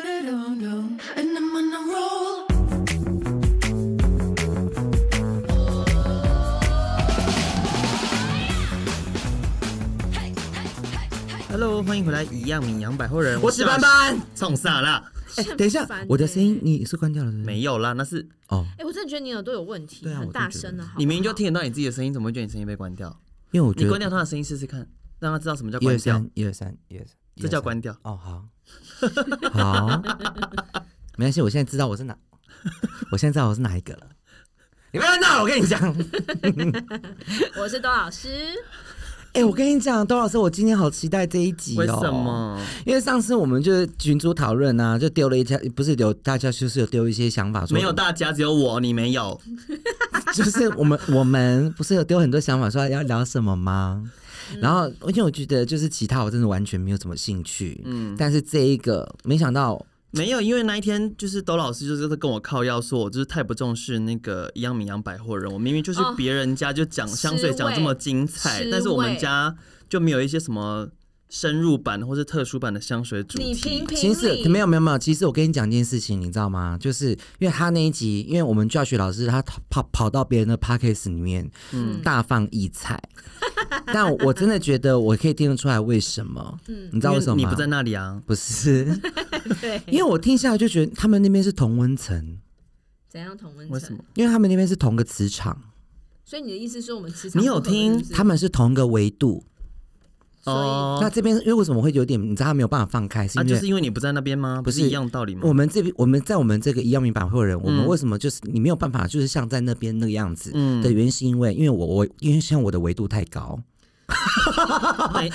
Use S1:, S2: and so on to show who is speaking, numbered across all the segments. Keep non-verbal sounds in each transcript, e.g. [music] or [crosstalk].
S1: And I'm on a roll.
S2: 哈喽，欢迎回来，一样名扬百货人，
S3: 我是班班。
S2: 冲啥啦？
S3: 哎、等一下
S4: 很烦，
S3: 我的
S4: 欸
S3: 声音你是关掉了是不是？
S2: 没有啦，那是
S3: 哦，
S4: 哎、我真的觉得你耳朵有问题，
S3: 对啊
S4: 很
S3: 我真
S4: 大
S3: 的觉得
S4: 声的，好不好
S2: 你明明就听得到你自己的声音，怎么会觉得你声音被关掉？
S3: 因为我觉
S2: 你
S3: 得
S2: 关掉他的声音试试看，让他知道什么叫
S3: 一
S2: 关
S3: 二
S2: 掉
S3: 三，，一二三，一二三，
S2: 这叫关掉。
S3: 哦，好，好，没关系，我现在知道我是哪， [laughs] 我现在知道我是哪一个了。你不要闹，我跟你讲，
S4: 我是窦老师，
S3: 哎、我跟你讲，窦老师，我今天好期待这一集
S2: [laughs]
S3: 哦。
S2: 为什？么？
S3: 因为上次我们就是群主讨论啊，就丢了一条，不是有大家就是有丢一些想法说，
S2: 没有大家，只有我，你没有。
S3: [laughs] 就是我们我们不是有丢很多想法说要聊什么吗？
S2: 嗯
S3: 然后因为我觉得就是其他我真的完全没有什么兴趣，嗯，但是这一个没想到
S2: 没有，因为那一天就是窦老师就是跟我靠腰说，我就是太不重视那个一样名扬百货人。我明明就是
S4: 哦
S2: 别人家就讲香水
S4: 失
S2: 讲这么
S4: 位
S2: 精彩，
S4: 失
S2: 但是我们
S4: 位
S2: 家就没有一些什么深入版或是特殊版的香水主
S4: 你
S2: 题
S4: 评。评
S3: 其实
S4: 理
S3: 没有没有没有，其实我跟你讲一件事情，你知道吗？就是因为他那一集，因为我们教学老师他跑跑跑到别人的 p o c k e t 里面，大放异彩，但我真的觉得我可以听得出来为什么，你知道为什么
S2: 因
S3: 吗？
S2: 你不在那里啊？
S3: 不是，
S4: 对，
S3: 因为我听下来就觉得他们那边是同温层，
S4: 怎样同温层？
S2: 为什么？？
S3: 因为他们那边是同个磁场。
S4: 所以你的意思是我们磁场
S2: 你有
S4: 不合
S2: 听
S4: 是不是
S3: 他们是同一个维度。
S4: 所以
S2: 哦
S3: 那这边因为为什么会有点，你知道他没有办法放开，是
S2: 啊，
S3: 因
S2: 就
S3: 为、
S2: 是因为你不在那边吗？不
S3: 不
S2: 是
S3: 是
S2: 一样道理吗？
S3: 我们这边我们在我们这个一样明版会有
S4: 嗯
S3: 人，我们为什么就是你没有办法，就是像在那边那个样子
S2: 嗯
S3: 的原因，是因为因为我我因为像我的维度太高，
S4: [laughs]
S2: 哎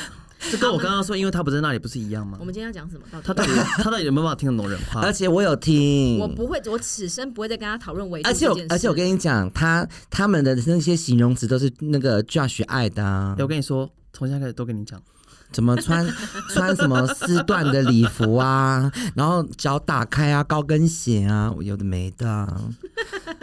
S2: 这跟我刚刚说，因为他不在那里，不是一样吗
S4: 我？们今天要讲什么？
S2: 他
S4: 到底 [laughs]
S2: 到底他到底有没有办法听得懂人话
S3: [laughs]
S2: 哎
S3: 而？且我有听，
S4: 我不会，我此生不会再跟他讨论维度
S3: 而且
S4: 这
S3: 我
S4: 件事
S3: 而且我跟你讲，他他们的那些形容词都是那个 Josh 爱的、啊
S2: 哎，我跟你说，从现在开始都跟你讲，
S3: 怎么
S4: [laughs]
S3: 穿穿什么丝缎的礼服啊，然后脚打开啊，高跟鞋啊，有的没的、
S4: [laughs]
S3: 啊，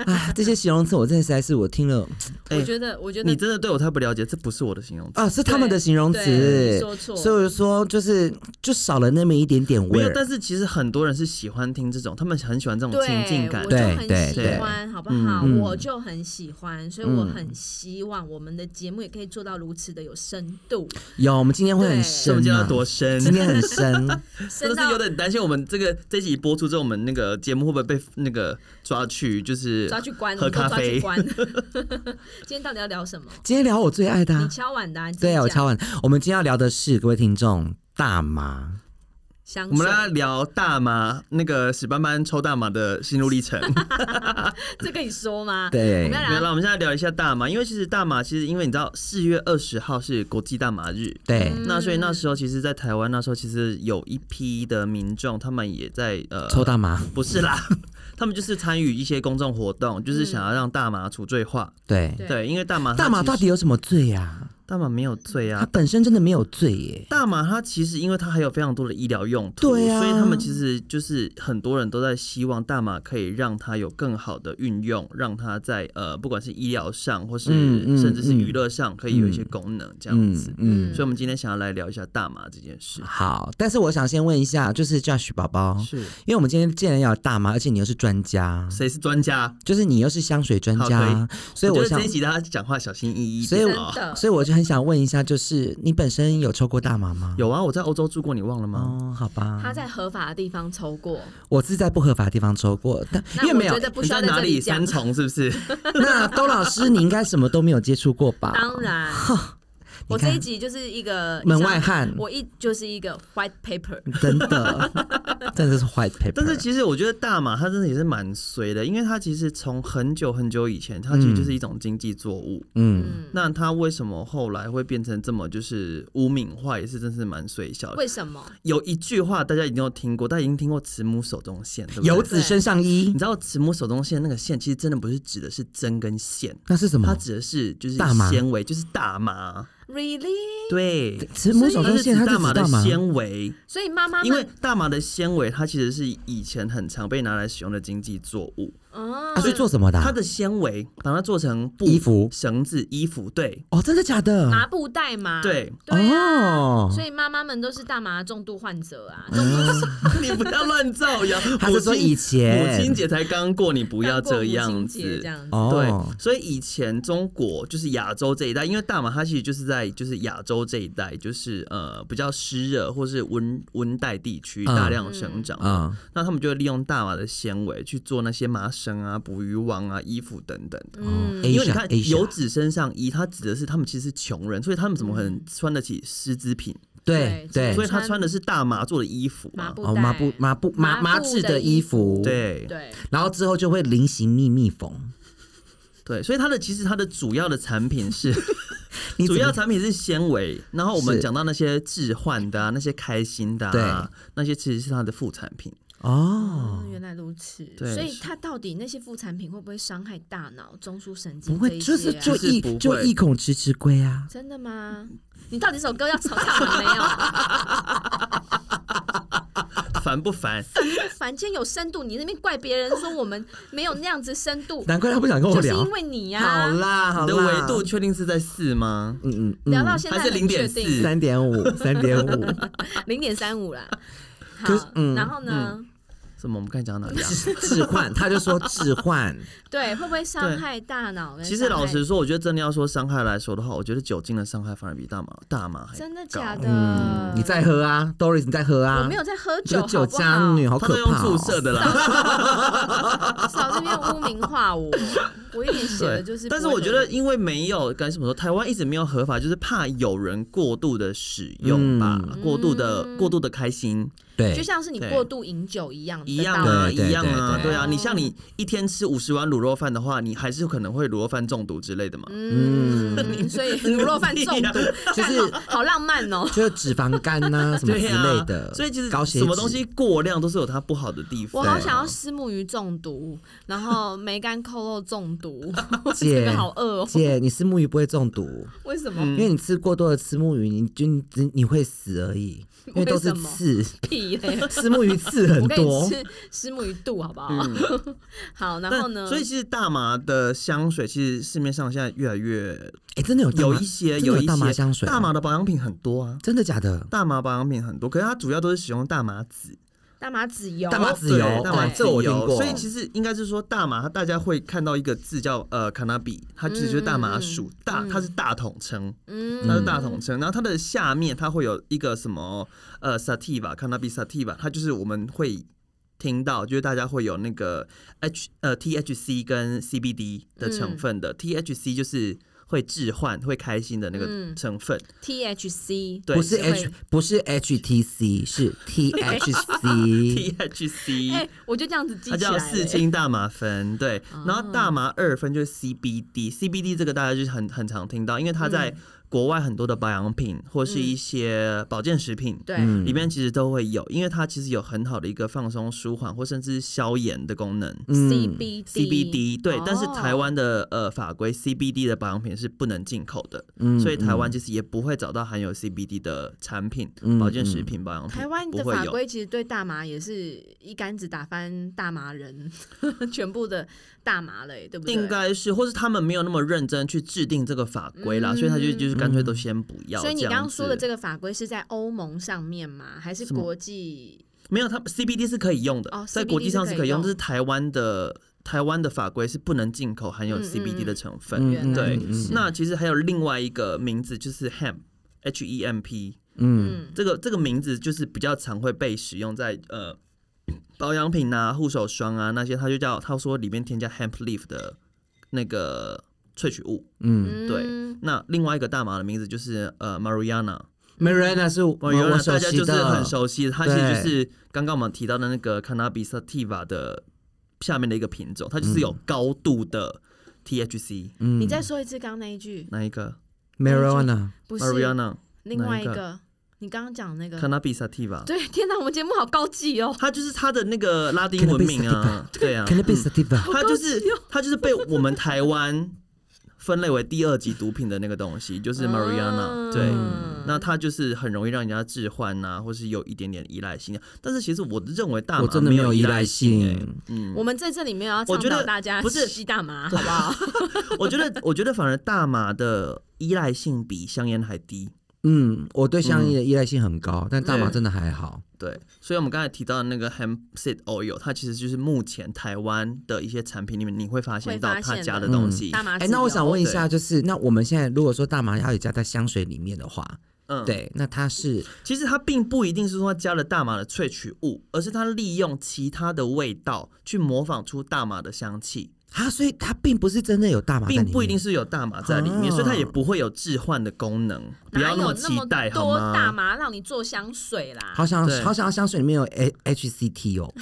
S3: 哎，这些形容词我真的实在是我听了
S4: 我觉得，我觉得
S2: 你真的对我太不了解，这不是我的形容词。
S3: 啊，是他们的形容
S4: 对
S3: 词，
S4: 说错
S3: 所以我就说就是就少了那么一点点
S2: 没
S3: 味
S2: 有，
S3: 儿
S2: 但。是其实很多人是喜欢听这种，他们很喜欢这种
S4: 对，
S2: 亲近感
S4: 我。就
S3: 对
S4: 很
S2: 对
S4: 喜欢，好不好？
S3: 嗯
S4: 我就很喜欢，所以我很希望我们的节目也可以做到如此的有深度，
S3: 有，我们今天会很
S4: 对
S2: 这么
S3: 深、
S2: 叫
S3: 啊
S2: 要，多深？
S3: 今天很深，
S2: 真的
S4: 深
S2: 是
S4: 到
S2: 有点担心，我们这个这一集播出之后，我们那个节目会不会被那个抓去，就是
S4: 抓去关，我
S2: 喝
S4: 们都
S2: 咖
S4: 抓去
S2: 啡？
S4: 关。 [laughs] 今天到底要聊什么？
S3: 今天聊我最爱的、
S4: 你
S3: 啊，
S4: 敲碗的、啊，你自己
S3: 对啊，我
S4: 讲
S3: 敲完。我们今天要聊的是各位听众大麻，
S4: 香
S2: 我们来
S4: 水，
S2: 聊大麻，那个史斑斑抽大麻的心路历程。
S4: 这可以说吗？我
S3: 对
S4: 们
S2: 没
S4: 要
S2: 有啦，
S4: 聊
S2: 我们现在聊一下大麻，因为其实大麻其实因为你知道四月二十号是国际大麻日，
S3: 对，
S2: 那所以那时候其实，在台湾那时候其实有一批的民众，他们也在呃
S3: 抽大麻，
S2: 不是啦， [laughs] 他们就是参与一些公众活动，就是想要让大麻除罪化。
S3: 对，
S4: 对
S2: 对，因为大麻它
S3: 大麻
S2: 其实
S3: 到底有什么罪呀、
S2: 大麻没有罪
S3: 它
S2: 啊。
S3: 本身真的没有罪耶、
S2: 大麻它其实，因为它还有非常多的医疗用途，
S3: 对啊
S2: 所以他们其实就是很多人都在希望大麻可以让它有更好的运用，让它在呃不管是医疗上，或是
S3: 嗯嗯
S2: 甚至是
S3: 嗯
S2: 娱乐上，可以有一些功能这样子。
S3: 嗯
S4: 嗯
S2: 所以，我们今天想要来聊一下大麻这件事。
S3: 好，但是我想先问一下，就是 Josh 宝宝，
S2: 是，
S3: 因为我们今天既然要有大麻，而且你又是专家，
S2: 谁是专家？
S3: 就是你又是香水专
S2: 好
S3: 家，所以
S2: 我
S3: 我
S2: 觉得
S3: 想
S2: 这一，集大家讲话小心翼翼一
S3: 所以
S2: 点
S3: 我
S2: 哦。
S4: 的
S3: 所以我就很想问一下，就是你本身有抽过大麻吗？
S2: 有啊，我在欧洲住过，你忘了吗？
S3: 哦，好吧
S4: 他，在合法的地方抽过，
S3: 我是在不合法的地方抽过，但
S4: 那
S3: 因为
S4: 我
S3: 没有
S4: 觉，得不
S2: 你
S4: 需要
S2: 在
S4: 在
S2: 哪
S4: 这
S2: 里？三。
S4: 讲
S2: 重是不是？
S3: 那窦老师你应该什么都没有接触过吧？
S4: 当
S3: [laughs]
S4: 然，我这一集就是一个
S3: 门外汉
S4: 我一就是一个 white paper，
S3: 真的，真的是 white paper。
S2: 但是其实我觉得大麻它真的也是蛮随的，因为它其实从很久很久以前，它其实就是一种经济作物。
S3: 嗯，
S2: 那它为什么后来会变成这么就是污名化，也是真是蛮水小的。
S4: 为什么？
S2: 有一句话大家一定有听过，大家已经听过“慈母手中线”，
S4: 嗯
S2: 对不对？
S3: 游子身上衣
S2: 你，知道慈母手中线那个线，其实真的不是指的是针跟线，
S3: 那是什
S2: 它
S3: 么？
S2: 指的是就是
S3: 大麻
S2: 纤维，就是大麻。
S4: Really？
S2: 对，
S3: 慈母手
S2: 它
S3: 中
S2: 是
S3: 线，它
S2: 指大
S3: 是指
S2: 麻的
S3: 大麻。
S2: 纤维，
S4: 所以妈妈
S2: 因为
S4: 们
S2: 大麻的纤维它其实是以前很常被拿来使用的经济作物，
S4: 哦
S3: 啊，，是做什么的啊？
S2: 它的纤维把它做成布、
S3: 衣服
S2: 绳子、衣服，对 [laughs]
S3: 哦，真的假
S4: 麻
S3: 的？
S4: 布袋嘛，
S2: 对，
S4: 对啊。
S3: 哦嗯
S4: 所以妈妈们都是大麻重度患者啊，重度
S2: 你不要乱造谣。
S3: [laughs] 他是说
S2: 母亲
S3: 以前
S2: 母亲节才刚过，你不要
S4: 当过
S2: 这
S4: 母亲
S2: 样
S4: 节
S2: 子
S4: 这。样子。
S3: 哦
S2: 对，，所以以前中国就是亚洲这一带，因为大马它其实就是在就是亚洲这一带，就是呃比较湿热或是温温带地区
S3: 嗯
S2: 大量生长。
S3: 嗯，
S2: 那他们就会利用大麻的纤维去做那些麻绳啊、捕鱼网啊、衣服等等的。
S4: 嗯
S3: 哦
S2: 因为你
S3: Asia
S2: 看
S3: Asia
S2: 油脂身上衣，它指的是他们其实是穷人，所以他们怎么可能穿得起丝织品？
S3: 对
S4: 对
S3: 对
S2: 所以，他
S4: 嗯穿
S2: 穿的是大麻做的衣服啊
S4: 麻
S2: 嘛。
S4: 布
S3: 哦，
S4: 袋
S3: 麻布麻布麻
S4: 麻
S3: 麻
S4: 布
S3: 质
S4: 的
S3: 的
S4: 衣
S3: 衣
S4: 服
S3: 服，，
S2: 对
S4: 对，
S3: 然后之后就会菱形密密缝。
S2: 对，所以它的其实它的主要的产品是
S3: [laughs] 你
S2: 主
S3: 怎
S2: 要
S3: 么
S2: 产品是纤维，然后我们
S3: 是
S2: 讲到那些置换的啊，那些开心的啊，那些其实是它的副产品。
S3: 哦
S4: 哦，，原来如此。
S2: 对
S4: 所以
S2: 是
S4: 它到底那些副产品会不会伤害大脑、中枢神经
S3: 不
S4: 这
S3: 会，
S4: 一些
S3: 就
S4: 啊？
S3: 是就
S2: 就是
S3: 一
S2: 不
S3: 就
S2: 会
S3: 一孔迟迟归啊。
S4: 真的吗？你到底这首歌要吵架了没有？啊
S3: 啊
S2: 烦不烦？
S4: 凡间有深度，你那边怪别人说我们没有那样子深度，
S3: 难怪他不想跟我
S4: 就是
S3: 聊
S4: 因。为啊你呀、
S3: 好啦，好
S2: 你的
S3: 啦，
S2: 维度确定是在四吗？
S3: 嗯，嗯嗯，
S4: 聊到现在
S2: 还是
S4: 很确
S2: 0.4
S4: 定
S3: 三点五，
S4: [laughs]
S3: 三点五，
S4: 零点三五啦。
S3: [laughs]
S4: 好
S3: 可是，嗯
S4: 然后呢？
S2: 什么？我们看讲到哪里啊？
S3: 置换，他就说置
S4: [laughs]
S3: 换，
S4: 对，会不会伤
S2: 对
S4: 害大脑跟伤害？
S2: 其实老实说，我觉得真的要说伤害来说的话，我觉得酒精的伤害反而比大麻大麻还
S4: 真的
S2: 高
S4: 假的？
S3: 嗯，你在喝啊，Doris，你在喝
S4: 我
S3: 啊
S4: 没，有在喝
S3: 这
S4: 酒，
S3: 个酒
S4: 好不
S3: 家
S4: 好？
S3: 女好
S2: 他
S3: 可
S2: 都用
S3: 怕
S2: 注射
S3: 哦。 [laughs]
S2: 的啦。
S4: 少这边污名化我，我一点写的就是不会
S2: 但
S4: 的人。
S2: 是我觉得，因为没有该怎么说，台湾一直没有合法，就是怕有人过度的使用吧，
S3: 嗯
S2: 过度的、过度的开心，
S4: 就
S3: 对，
S4: 像是你
S2: 对
S4: 过度饮酒一样的道理，哦
S2: 一样啊，
S3: 对对
S2: 一样啊，
S3: 对对
S2: 对啊。
S4: 对
S2: 你像你一天吃五十碗卤肉饭的话，你还是可能会卤肉饭中毒之类的嘛。 [laughs]
S4: 嗯，所以卤肉饭中毒，
S3: 就是
S4: 干好浪漫
S2: 啊
S4: 哦。
S3: [laughs] 就是脂肪肝
S2: [laughs]
S3: 呐、什么
S2: 对
S3: 之
S2: 啊，
S3: 类的，
S2: 所以其实
S3: 高血
S2: 什么东
S3: 脂
S2: 西过量都是有它不好的地方。
S4: 我好想要丝木鱼中毒，然后梅干扣肉
S2: [laughs]
S4: 中毒，这
S3: 姐
S4: 个好饿哦。
S3: 姐，你吃木鱼不会中毒，
S4: 为什么？
S2: 嗯
S3: 因为你吃过多的吃木鱼，你就你你会死而已，因为都是
S4: 为什么
S3: 刺， [laughs]
S4: 屁嘞！
S2: [laughs]
S3: 吃木鱼刺很
S4: 我跟你
S3: 多。
S4: 吃丝木鱼肚好不好？ [laughs] 好，然
S2: 但
S4: 后呢？
S2: 嗯所以其实大麻的香水，其实市面上现在越来越
S3: 哎、真的有大麻
S2: 有一些
S3: 真的有
S2: 一
S3: 大麻
S2: 些
S3: 香水吗，
S2: 大麻的保养品很多啊，
S3: 真的假的？
S2: 大麻保养品很多，可是它主要都是使用大麻籽、
S4: 大麻籽油，
S3: 大麻籽
S2: 哦对
S3: 油
S2: 大麻
S4: 对
S2: 籽
S3: 这我听
S2: 油
S3: 过
S2: 所以其实应该是说大麻，它大家会看到一个字叫呃 cannabis，它其实就是大麻属、
S4: 嗯嗯
S2: 大
S4: 嗯，
S2: 它是大统称，
S4: 嗯
S2: 它是大统称。然后它的下面它会有一个什么呃 sativa cannabis sativa，它就是我们会。听到就是大家会有那个 H 呃 THC 跟 CBD 的
S4: 嗯
S2: 成分的、THC 就是会置换会开心的那
S4: 嗯
S2: 个成分，
S4: THC，
S2: 对
S3: 不是
S4: 是
S3: H
S4: 会
S3: 不是 HTC
S2: [laughs]
S3: 是 THC，
S2: THC，、
S4: [laughs] 哎，我就这样子记
S2: 它
S4: 起来
S2: 叫
S4: 了。
S2: 四氢大麻酚，对
S4: 哦，
S2: 然后大麻二酚就是 CBD，CBD 这个大家就是很很常听到，因为它
S4: 嗯
S2: 在国外很多的保养品或是一些保健食品。
S4: 对，
S3: 嗯
S2: 里面其实都会有，因为它其实有很好的一个放松、舒缓或甚至是消炎的功能。
S3: 嗯
S4: CBD
S2: CBD 对，但是
S4: 哦
S2: 台湾的呃法规 CBD 的保养品是不能进口的，
S3: 嗯
S2: 所以台湾其实也不会找到含有 CBD 的产品、
S3: 嗯
S2: 保健食品、保养品。
S4: 台湾的
S2: 不会
S4: 法
S2: 有
S4: 规其实对大麻也是一竿子打翻大麻人 [laughs] 全部的大麻了耶，对不对？
S2: 应该是，或是他们没有那么认真去制定这个法规啦，
S4: 嗯
S2: 所以他就就是干脆都先不要。
S4: 所以你刚刚说的这
S2: 个
S4: 个法规是在欧盟上面吗？还是
S2: 什么
S4: 国际？
S2: 没有，它 CBD 是可以用的，
S4: 哦
S2: 在
S4: CBD
S2: 国际上
S4: 是
S2: 是
S4: 可
S2: 可
S4: 以
S2: 以
S4: 用
S2: 用，但是台湾的台湾的法规是不能进口含有
S4: 嗯嗯
S2: CBD 的成分。
S3: 嗯
S4: 原来
S2: 对
S4: 如此。
S2: 那其实还有另外一个名字就是 hemp。H E M P
S3: 嗯
S4: 嗯，
S2: 这个这个名字就是比较常会被使用在呃保养品啊、护手霜啊那些，它就叫他说里面添加 hemp leaf 的那个萃取物。
S3: 嗯
S2: 对
S4: 嗯
S2: 那另外一个大麻的名字就是呃 Mariana，
S3: ，Mariana 是我
S2: 哦，原来
S3: 我熟
S2: 大家
S3: 悉
S2: 就是很
S3: 的，
S2: 熟悉的，它其实
S3: 对
S2: 就是刚刚我们提到的那个 Cannabis sativa 的下面的一个品种，它就是有高度的 THC，、
S3: 嗯
S4: 你再说一次刚刚那一句，
S2: 那一个
S3: ，Marijuana
S4: 不是
S2: Mariana
S4: 另外一
S2: 哪一
S4: 个，你刚刚讲的那个。
S2: Cannabis sativa，
S4: 对，天哪，我们节目好高级哦！
S2: 它就是它的那个拉丁文名啊，对啊，嗯
S3: Cannabis sativa，
S2: 它就是
S4: 高级哦
S2: 它就是被我们台湾。分类为第二级毒品的那个东西，就是
S4: 嗯
S2: Mariana、对，
S4: 嗯
S2: 那它就是很容易让人家致幻呐、或是有一点点依赖性。啊但是其实我认为大
S3: 我
S2: 麻
S3: 真
S2: 嗯
S3: 的
S2: 没
S3: 没
S2: 有
S3: 有
S2: 依
S3: 依
S2: 赖
S3: 赖
S2: 性、欸
S3: 性，
S2: 嗯，
S4: 我们在这里没有要
S2: 我
S4: 倡
S2: 觉
S4: 导
S2: 得
S4: 大家
S2: 不是
S4: 吸大麻，好不
S2: [laughs]
S4: 好？
S2: 我觉得 [laughs] 我觉得反而大麻的依赖性比香烟还低。
S3: 嗯，我对香烟的依赖性很高，但大麻真的还好。
S2: 对，所以我们刚才提到的那个 hemp seed oil，它其实就是目前台湾的一些产品里面你会发现到
S4: 会发
S2: 它
S4: 现
S2: 加的
S3: 的
S2: 东西。
S4: 大麻
S3: 哎、
S4: 籽
S3: 那我
S4: 油
S3: 想问一下，就是那我们现在如果说大麻要加在香水里面的话，
S2: 嗯，
S3: 对，那它是
S2: 其实它并不一定是说它加了大麻的萃取物，而是它利用其他的味道去模仿出大麻的香气，
S3: 它，所以它并不是真的有大麻在里
S2: 并
S3: 面，
S2: 不一定是有大麻在里面，
S3: 哦
S2: 所以它也不会有置换的功能。不要
S4: 哪有那
S2: 么期待好
S4: 多大
S2: 吗
S4: 麻让你做香水啦？
S3: 好想
S2: 对
S3: 好想要香水里面有 H H C T 哦，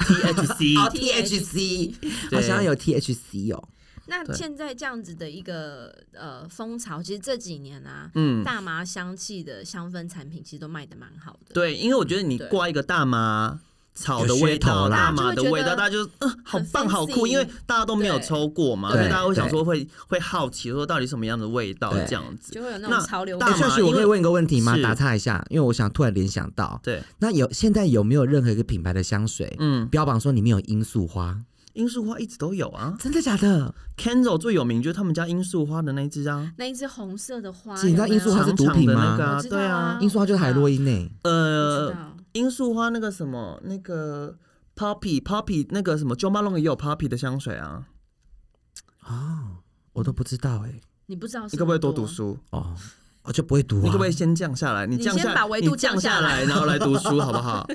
S2: ？THC
S3: 哦 THC，
S2: 对
S3: 好想要有 THC 哦，
S4: 那
S2: 对
S4: 现在这样子的一个呃风潮，其实这几年啊，
S2: 嗯
S4: 大麻香气的香氛产品其实都卖的蛮好的，
S2: 对，因为我觉得你
S4: 对
S2: 挂一个大麻草的
S3: 有噱
S2: 味道，
S3: 头啦
S2: 大麻的味道，大
S4: 大
S2: 家就嗯、呃好
S4: 很
S2: 棒好酷，
S4: fancy
S2: 因为大家都没有
S4: 对
S2: 抽过嘛，
S3: 对
S2: 所以大家会想说会会好奇说到底什么样的味道
S3: 对
S2: 这样子。
S4: 就会有那
S2: 那
S4: 种潮流
S2: 大
S4: 感。
S2: 麻
S3: 哎，或许我
S2: 因为
S3: 可以问一个问题吗
S2: 是？
S3: 打岔一下，因为我想突然联想到，
S2: 对，
S3: 那有现在有没有任何一个品牌的香水、
S2: 嗯，
S3: 标榜说里面有罂粟花？
S2: 罂粟花一直都有啊
S3: 真的假的？
S2: ，Kenzo 最有名就是他们家罂粟花的那一支啊。
S4: 那一只红色的花，
S3: 你知道
S4: 有没
S3: 罂
S4: 有
S3: 粟花是毒品吗
S2: 长长的那个啊
S4: 我知道
S2: 对啊
S3: 罂粟花就是海洛因呢。
S4: 我知
S2: 呃，
S4: 道
S2: 罂粟花那个什么那个 Poppy Poppy 那个什么 Jo Malone 也有 Poppy 的香水啊，
S3: 哦，我都不知道哎、
S4: 你不知道，
S2: 你可不可以多读？书？
S3: 哦，我就不会读、啊。
S2: 你可不可以先降下来？你降
S4: 你
S2: 下
S4: 先
S2: 来
S4: 把，维
S2: 你
S4: 度
S2: 降
S4: 降
S2: 下
S4: 下来
S2: 来，然后来读
S4: [laughs]
S2: 书，好不好？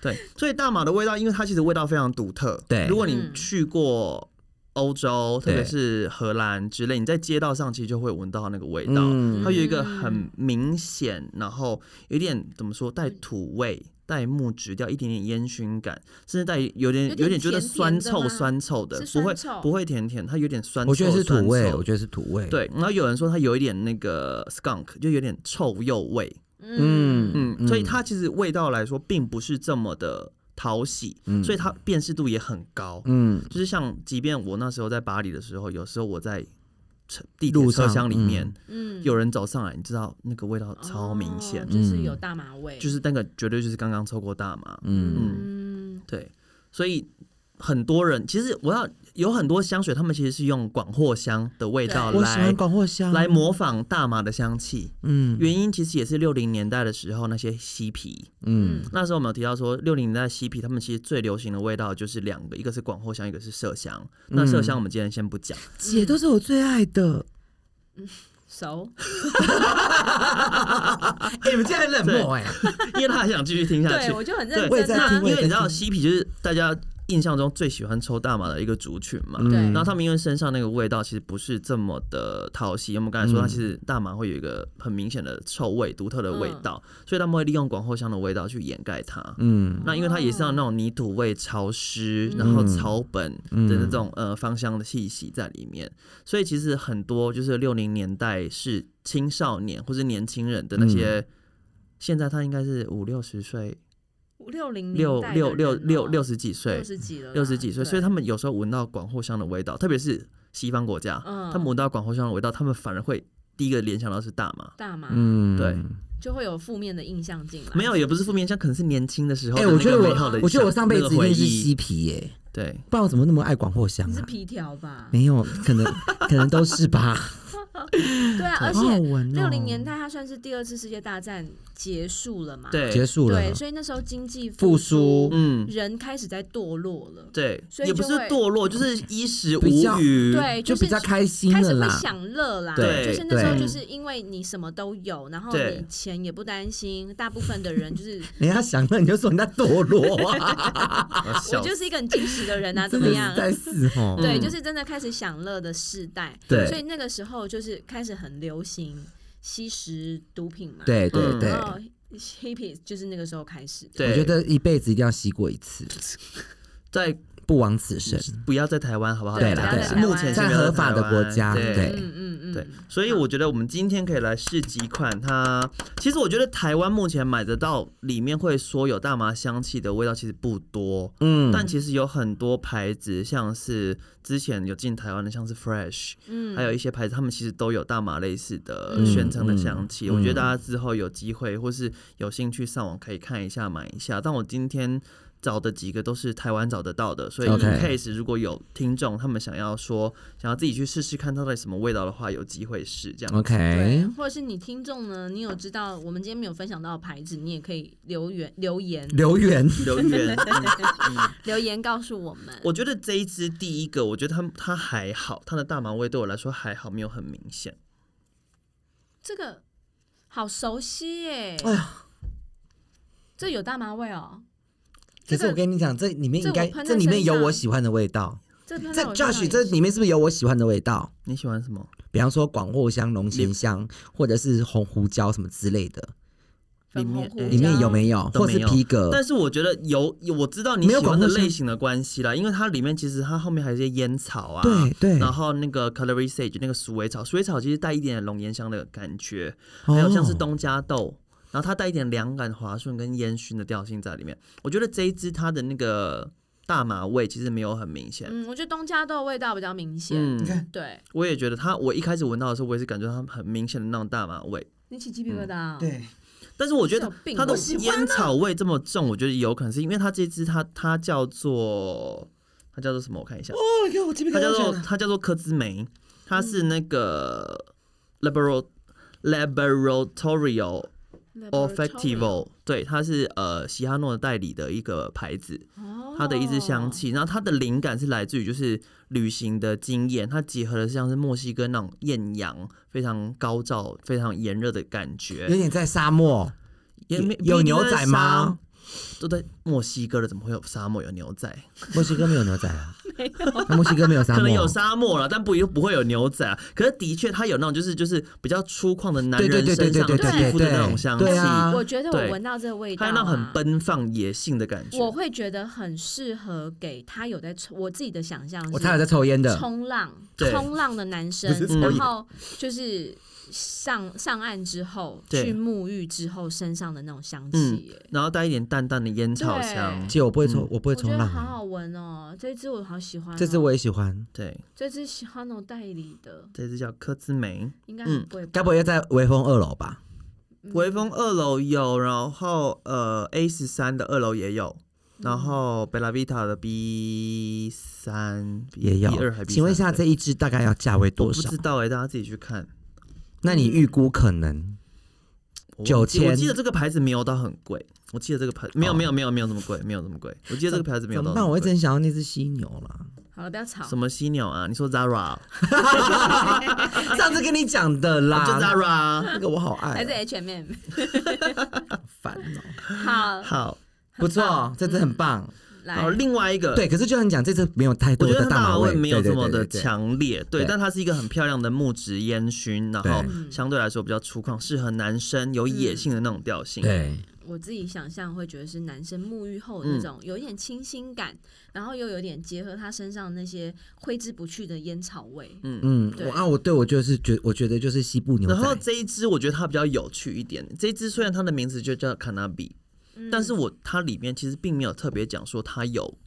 S2: 对，所以大马的味道，因为它其实味道非常独特。
S3: 对
S2: 如果你
S4: 嗯
S2: 去过欧洲，特别
S3: 对
S2: 是荷兰之类，你在街道上其实就会闻到那个味道，
S3: 嗯
S2: 它有一个很明显，然后有点怎么说，带土味。带木质调，一点点烟熏感，甚至带有点
S4: 有点
S2: 有点觉得
S4: 甜甜
S2: 酸
S4: 的
S2: 臭
S4: 吗
S2: 酸臭的，
S4: 是
S2: 不会
S4: 酸臭
S2: 不会甜甜，它有点酸臭。
S3: 我觉得是
S2: 酸
S3: 土味，
S2: 臭
S3: 我觉得是土味。，
S2: 对，然后有人说它有一点那个 skunk，就有点臭鼬味，
S4: 嗯，
S2: 嗯，所以它其实味道来说并不是这么的讨喜，
S3: 嗯
S2: 所以它辨识度也很高。
S3: 嗯，
S2: 就是像，即便我那时候在巴黎的时候，有时候我在车地铁
S3: 路
S2: 车
S3: 上
S2: 厢里
S3: 嗯
S2: 面，
S4: 嗯
S2: 有人走上来，你知道那个味道超明显，
S4: 哦就是有大麻味，
S2: 就是那个绝对就是刚刚抽过大麻，
S4: 嗯，
S2: 对，所以很多人其实我要有很多香水，他们其实是用广藿香的味道
S3: 我喜
S2: 来
S3: 欢广藿香。
S2: 来模仿大麻的香气。
S3: 嗯
S2: 原因其实也是六零年代的时候那些嬉皮，
S3: 嗯
S2: 那时候我们有提到说，六零年代嬉皮他们其实最流行的味道就是两个，一个是广藿香，一个是麝香。那麝
S3: 嗯
S2: 香我们今天先不讲，
S3: 姐都是我最爱
S2: 嗯
S3: 的。
S4: 熟，
S2: 啊欸
S3: 哎、你们竟然冷
S2: 漠欸
S3: 哎、
S2: 因为他还想继续听下去
S4: 对。我就很
S2: 对
S4: 认
S3: 我也
S4: 真
S3: 在
S4: 啊
S3: 听，
S2: 因为你知道嬉皮就是大家印象中最喜欢抽大麻的一个族群嘛。
S3: 嗯
S4: 对
S2: 然后他们因为身上那个味道其实不是这么的讨喜，我们刚才说
S3: 嗯
S2: 它其实大麻会有一个很明显的臭味、独特的味道，所以他们会利用广藿香的味道去掩盖它。
S3: 嗯
S2: 那因为它也是要那种泥土味、潮湿，然后草本
S3: 嗯
S2: 的那种、呃芳香的气息在里面，所以其实很多就是六零年代是青少年或是年轻人的
S3: 嗯
S2: 那些，现在他应该是五六十岁、
S4: 六零
S2: 六六六六六
S4: 六
S2: 十几岁
S4: 哦六、十几了啦，
S2: 六十几岁，所以
S4: 对
S2: 他们有时候闻到广藿香的味道，特别是西方国家，
S4: 嗯
S2: 他们闻到广藿香的味道，他们反而会第一个联想到是大麻。
S4: 大麻
S3: 嗯
S2: 对
S4: 就会有负面的印象进来，
S2: 没有，也不是负面，像可能是年轻的时候
S3: 哎、
S2: 的那
S3: 我觉得
S2: 个美好的
S3: 我，我觉得我上辈子
S2: 那
S3: 一
S2: 个回
S3: 定是
S2: 忆
S3: 嬉皮耶、
S2: 对，
S3: 不然我怎么那么爱广藿香
S4: 你是
S3: 啊？
S4: 皮条吧？
S2: 嗯
S3: 没有，可能可能都是吧。
S4: 对啊，而
S3: 好好
S4: 且
S3: 闻哦
S4: 六零年代它算是第二次世界大战结束了嘛，
S2: [laughs] 对，
S3: 结束了
S4: 对，，所以那时候经济
S3: 复苏，
S4: 苏
S2: 嗯，
S4: 人开始在堕落了，
S2: 对
S4: 所，以
S2: 也不
S4: 就是会嗯
S2: 堕落，就是衣食无
S3: 比较
S2: 余。
S4: 对，
S3: 就是比较开心
S4: 哎
S3: 了
S4: 开始会
S3: 啦。
S4: 享乐啦，
S2: 对
S4: 就是那时候
S2: 对
S4: 就是因为你什么都有，然后
S2: 对
S4: 你钱也不担心，大部分的
S2: [laughs]
S4: 人就是。
S3: 人家想了你就说人家堕落
S4: [laughs]
S3: 啊，
S2: 啊，
S4: 我
S2: 笑
S4: 就是一个很矜持的
S2: [laughs]
S4: 人啊，怎
S3: 真的
S4: 么样
S3: 是？在死哦。
S4: 对，
S2: 嗯
S4: 就是真的开始享乐的世代，
S3: 对
S4: 所以那个时候就是开始很流行吸食毒品嘛，，
S3: 对对
S2: 嗯
S3: 对，
S4: 然后 hippies 就是那个时候开始的，
S2: 对，
S3: 我觉得一辈子一定要吸过一次。
S2: 在
S3: 不枉此生。
S2: 不要在台湾好不好？
S4: 对
S3: 啦
S2: 但
S3: 对
S2: 是
S3: 啦
S2: 目前是
S4: 在
S2: 没有
S3: 合法的
S2: 台湾
S3: 国家对
S4: 嗯嗯嗯，
S2: 对，所以我觉得我们今天可以来试几款它。其实我觉得台湾目前买得到里面会说有大麻香气的味道，其实不多。
S3: 嗯，
S2: 但其实有很多牌子，像是之前有进台湾的，像是 Fresh，
S4: 嗯
S2: 还有一些牌子，他们其实都有大麻类似的
S4: 嗯
S2: 宣称的香气。
S3: 嗯
S2: 我觉得大家之后有机会或是有兴趣上网可以看一下买一下。但我今天找的几个都是台湾找得到的，所以 in
S3: OK
S2: case 如果有听众他们想要说想要自己去试试看它到底什么味道的话，有机会试这样。
S4: 对
S3: OK，，
S4: 或者是你听众呢，你有知道我们今天没有分享到的牌子，你也可以留言留言
S3: 留言
S2: 留
S4: [laughs]
S2: 言，嗯
S4: 留言告诉我们。
S2: 我觉得这一支第一个，我觉得它它还好，它的大麻味对我来说还好，没有很明显。
S4: 这个好熟悉耶！
S3: 哎
S4: 这有大麻味哦。
S3: 可是我
S4: 这个
S3: 跟你讲，这里面应该
S4: 这我喷在
S3: 这里面有
S4: 身上
S3: 我喜欢的味道。
S4: 这喷
S3: 这
S4: 在我身上
S3: Josh
S4: 也
S3: 这
S4: 是
S3: 里面是不是有我喜欢的味道？
S2: 你喜欢什么？
S3: 比方说广藿香、龙涎香，或者是红胡椒什么之类的，
S4: 粉红
S2: 里面
S4: 胡
S2: 哎
S4: 椒
S3: 里面有没有？
S2: 都
S3: 或
S2: 没
S3: 是
S2: 有
S3: 皮革？
S2: 但是我觉得有，有我知道你
S3: 呃没有
S2: 喜欢
S3: 广
S2: 的
S3: 藿香
S2: 类型的关系啦，因为它里面其实它后面还有一些烟草啊，
S3: 对对，
S2: 然后那个 calorie sage 那个鼠尾草，鼠尾草其实带一点点龙涎香的感觉，
S3: 哦
S2: 还有像是东加豆，然后它带一点凉感、滑顺跟烟熏的调性在里面。我觉得这一支它的那个大麻味其实没有很明显。
S4: 嗯，我觉得东加豆味道比较明显。
S2: 嗯，
S4: 对
S2: 我也觉得它，我一开始闻到的时候，我也是感觉它很明显的那种大麻味。
S4: 你起鸡皮疙瘩。，
S3: 嗯
S4: 哦
S3: 对，
S2: 但是我觉得
S4: 是有病
S2: 它的
S4: 我喜
S2: 烟草味这么重，我觉得有可能是因为它这支它它叫做它叫做什么？我看一下，
S3: 哦哟，我这
S2: 它叫做它叫做科兹梅，它是那个 liberal laboratorio olfactivo，对，它是呃西哈诺代理的一个牌子，
S4: 哦
S2: 它的一支香。气，然后它的灵感是来自于就是旅行的经验，它结合的像是墨西哥那种艳阳非常高照、非常炎热的感觉，
S3: 有点在沙漠，
S2: 也没
S3: 有牛仔吗？
S2: 不一定在沙都在墨西哥了，怎么会有沙漠有牛仔？墨
S3: 墨西哥没有牛仔
S4: [laughs]
S3: 啊，那墨西哥没有沙
S2: 可
S3: 漠，
S2: 能有沙漠了，但不一不会有牛仔、啊。可是的确，它有那种就是就是比较粗犷的男
S3: 对对
S2: 人
S3: 对对
S2: 身
S3: 对
S2: 上
S3: 对对
S2: 皮
S3: 对
S2: 肤的那种香气，
S3: 对啊，
S4: 我觉得
S2: 对
S4: 我闻到这个味道
S2: 它
S4: 啊，
S2: 有那种很奔放野性的感觉。
S4: 我会觉得很适合给他有在抽，我自己的想象是，
S3: 我哦他有在抽烟的，
S4: 冲浪，
S2: 对
S4: 冲浪的男生
S3: 不是，
S2: 抽
S4: 然
S2: 烟
S4: 后就是上上岸之后
S2: 对
S4: 去沐浴之后身上的那种香气
S2: 嗯
S4: 耶，，
S2: 然后带一点淡淡的烟草香
S4: 对。
S3: 姐我不会
S2: 嗯
S3: 抽，我不
S4: 我
S3: 会
S4: 觉
S3: 冲
S4: 得
S3: 浪
S4: 好
S3: 啊，
S4: 好闻哦，这支我好喜欢哦、
S3: 这支我也喜欢，
S2: 对，
S4: 这支喜欢我代理的，
S2: 这支叫科兹梅。
S4: 应该很贵吧
S3: 嗯该？不会要在微风二楼吧？
S2: 微风二楼有，然后呃 A 十三的二楼也有，然后贝拉维塔的 B 三
S3: 也要
S2: B 二还 B
S3: 请问一下，这一支大概要价位
S2: 我
S3: 多
S2: 不
S3: 少
S2: 知？嗯道哎、大家自己去看。
S3: 那你预估可能
S2: 我忘记
S3: 9000
S2: 我记得这个牌子没有到很贵，我记得这个牌没有
S3: 哦
S2: 没有没有没有这么贵，没有这么贵。我记得这个牌子没有
S3: 怎
S2: 到那
S3: 么办？
S2: 么
S3: 我一直
S2: 贵。
S3: 很想要那只犀牛啦。
S4: 好了，不要吵。
S2: 什么犀鸟啊？你说 Zara，
S3: 上次跟你讲的
S2: 啊就
S3: 啦，
S2: Zara。
S3: 那个我好爱
S4: 来自
S3: 啊，[laughs]
S4: H M，
S3: 烦哦，
S4: H&M？好，
S2: 好，
S3: [laughs] 不错，这支很棒。
S2: 嗯
S4: 来
S2: 好，，另外一个，
S3: 对，，可是就像你讲，这次没有太
S2: 我
S3: 多
S2: 觉得
S3: 的
S2: 它
S3: 麻
S2: 麻
S3: 味，
S2: 没有这么
S3: 对
S2: 的
S3: 对对对
S2: 强烈，对，
S3: 对
S2: 但它是一个很漂亮的木质烟熏，然后
S3: 对
S2: 相对来说比较粗犷，适合男生有野性的那种调性。
S3: 对，
S4: 我自己想象会觉得是男生沐浴
S2: 嗯
S4: 后的那种有一点清新感，然后又有点结合他身上那些挥之不去的烟草味。
S3: 嗯，
S4: 对
S3: 我啊，我对我就是觉，我觉得就是西部牛
S2: 然后
S3: 仔，
S2: 这一支我觉得它比较有趣一点，这一支虽然它的名字就叫 Cannabis，
S4: 嗯
S2: 但是我它里面其实并没有特别讲说它有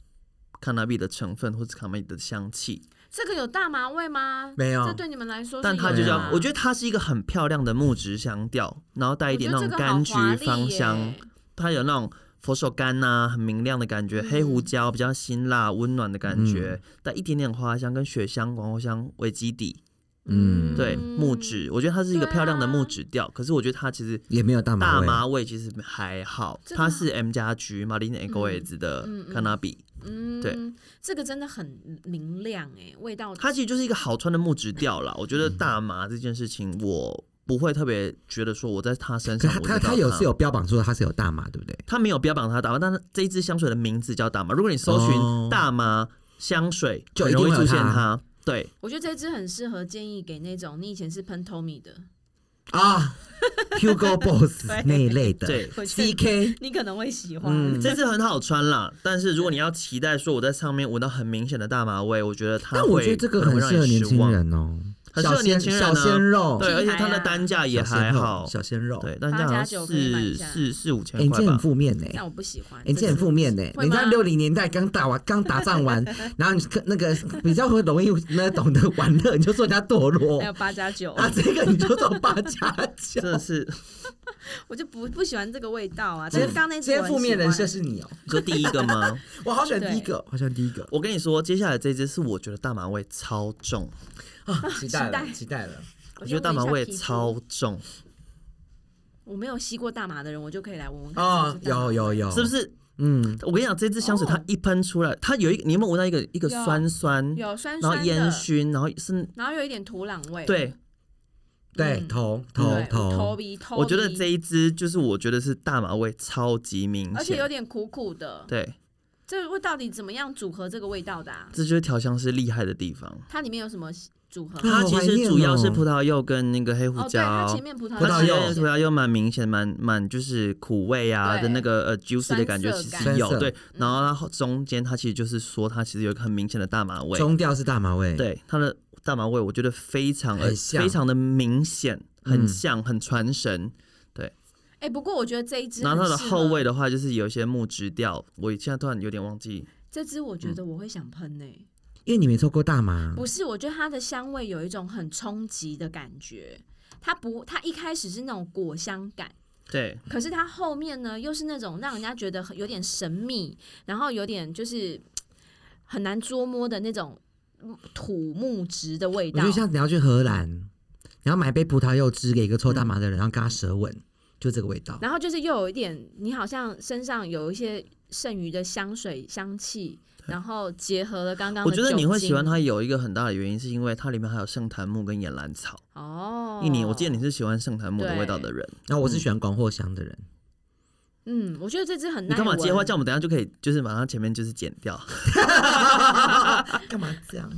S2: cannabis 的成分或者 cannabis 的香气，
S4: 这个有大麻味吗？
S3: 没有
S4: 这对你们来说是有
S2: 但
S4: 吗，
S2: 它就
S3: 有
S2: 叫
S3: 啊，
S2: 我觉得它是一个很漂亮的木质香调，然后带一点那
S4: 我觉
S2: 种
S4: 得这个好
S2: 柑橘
S4: 华丽
S2: 芳
S4: 耶
S2: 香，它有那种佛手柑呐、很明亮的感觉，黑
S4: 嗯
S2: 胡椒比较辛辣温暖的感觉，
S3: 嗯
S2: 带一点点花香跟雪香、广藿香为基底，
S3: 嗯，
S2: 对木
S4: 嗯
S2: 质，我觉得它是一个
S4: 对啊
S2: 漂亮的木质调，可是我觉得它其实。
S3: 也没有大啊麻
S2: 大
S3: 味，
S2: 麻味其实还好，
S4: 这个
S2: 它是 M 加 G 马林 g o e 的
S4: 啊嗯嗯
S2: cannabis，
S4: 嗯，
S2: 对，
S4: 这个真的很明亮哎、味道
S2: 它其实就是一个好穿的木质调啦。我觉得大麻这件事情，我不会特别觉得说我在它身
S3: 可
S2: 上
S3: 他
S2: 闻
S3: 他
S2: 得到
S3: 他有是有标榜说他是有大麻，对不对？
S2: 它没有标榜它大麻，但它这一支香水的名字叫大麻。如果你搜
S3: 哦
S2: 寻大麻香水，
S3: 就
S2: 很
S3: 一定
S2: 容易
S3: 会有
S2: 出现
S3: 它
S2: 它。对，
S4: 我觉得这支很适合建议给那种你以前是喷 Tommy 的，
S3: 啊，Hugo Boss
S4: 对
S3: 那一类
S2: [laughs]
S3: 的，
S2: 对
S4: 我觉得
S3: ，CK
S4: 你可能会喜欢。
S3: 嗯
S2: 这次很好穿啦，但是如果你要期待说我在上面闻到很明显的大麻味，我觉得它
S3: 但
S2: 会
S3: 我觉得这个
S2: 可能会
S3: 很适合
S2: 让你
S3: 年
S2: 失
S3: 轻
S2: 望，
S3: 人哦，
S2: 很适
S3: 小
S2: 合年
S3: 鲜
S2: 轻人
S3: 小
S2: 啊
S3: 鲜肉，
S2: 对，而且
S4: 品牌
S2: 它的
S4: 啊
S2: 单价也
S3: 小鲜
S2: 还
S3: 肉
S2: 好，
S3: 小鲜肉。
S2: 对，单
S4: 八
S2: 价
S4: 加九可以买
S2: 四
S4: 一下
S2: 四四五千
S3: 哎，你
S2: 块
S3: 这很
S2: 吧。
S3: 负面呢，
S4: 但我不喜欢，
S3: 哎，你这很负面呢。
S4: 会
S3: 人家
S4: 吗
S3: 六零年代刚打完，
S4: [laughs]
S3: 刚打仗完，然后你跟那个比较会容易那懂得玩乐，你就说人家堕落
S4: 还有八加九，
S3: 啊，这个你就走八加
S2: 真
S3: 九
S2: 的。 [laughs] 是，
S4: 我就不不喜欢这个味道啊。
S3: 这
S4: 但是刚那
S3: 这些负面人设
S4: 设
S3: 是你哦，
S2: 你说第一个吗？
S3: 我好喜欢第一个，好喜欢第一个，
S2: 我跟你说，接下来这支是我觉得大麻味超重，
S3: 期待
S4: [laughs] 期
S3: 了，
S4: 待
S3: 期待了。
S2: 我觉得大麻味。超
S4: 我先闻一下皮
S2: 重，
S4: 肤我没有吸过大麻的人，我就可以来闻闻看
S3: 哦
S4: 是，不是大麻
S3: 有有有，
S2: 是不？是？
S3: 嗯，
S2: 我跟你讲，这支香水它一喷出来，它有一个，你有没有闻到一个一个
S4: 哦有
S2: 酸酸，
S4: 有酸
S2: 然后
S4: 酸的，
S2: 烟熏，然后是，
S4: 然后有一点土壤味。
S2: 对，
S3: 对，
S4: 嗯
S3: 头头
S4: 对，头
S3: 头，
S4: 鼻头鼻，
S2: 我觉得这一支就是我觉得是大麻味超级明显，
S4: 而且有点苦苦的。
S2: 对，
S4: 这味到底怎么样组合这个味道的啊？
S2: 这就是调香师厉害的地方。
S4: 它里面有什么组合？
S3: 啊
S2: 它
S3: 好
S2: 其
S3: 哦怀
S2: 实
S3: 念
S2: 主要
S3: 哦
S2: 是葡萄柚跟那个黑胡
S4: 哦，对，
S2: 椒，
S4: 它前面葡萄
S3: 葡萄
S2: 其
S3: 柚
S2: 实葡萄柚蛮明显，蛮蛮就是苦味啊
S4: 对
S2: 的那个呃 juicy 的感觉
S4: 酸
S2: 其
S4: 涩
S2: 实
S3: 感
S2: 有
S3: 酸涩
S2: 对，然后它后中间它其实就是说它其实有一个很明显的大麻味，
S3: 中调是大麻味，，
S2: 对它的大麻味我觉得非常呃
S3: 很像
S2: 非常的明显，
S3: 嗯
S2: 很像很传神。
S4: 哎，不过我觉得这一支，
S2: 然后它的后味，的话就是有一些木质调，我现在突然有点忘记，
S4: 这支我
S2: 嗯
S4: 觉得我会想喷呢、
S3: 因为你没抽过大麻，
S4: 不是，我觉得它的香味有一种很冲击的感觉。它不，它一开始是那种果香感，
S2: 对，
S4: 可是它后面呢又是那种让人家觉得很有点神秘，然后有点就是嘖很难捉摸的那种嗯土木质的味
S3: 我
S4: 道
S3: 就。像你要去荷兰，你要买杯葡萄柚汁给一个抽大麻的人，然后跟他舌吻，就这个味道。
S4: 然后就是又有一点，你好像身上有一些剩余的香水香气，然后结合了刚刚的
S2: 我觉得你会喜欢
S4: 酒精
S2: 它有一个很大的原因是因为它里面还有圣檀木跟岩兰草。
S4: 哦。
S2: 印尼，我记得你是喜欢圣檀木的味道的人，
S3: 然后我是喜欢广藿香的人，
S4: 嗯，我觉得这支很
S2: 你
S4: 耐
S2: 干嘛接话？
S4: 闻
S2: 叫我们等一下就可以，就是马上前面就是剪掉。
S3: 干嘛这样？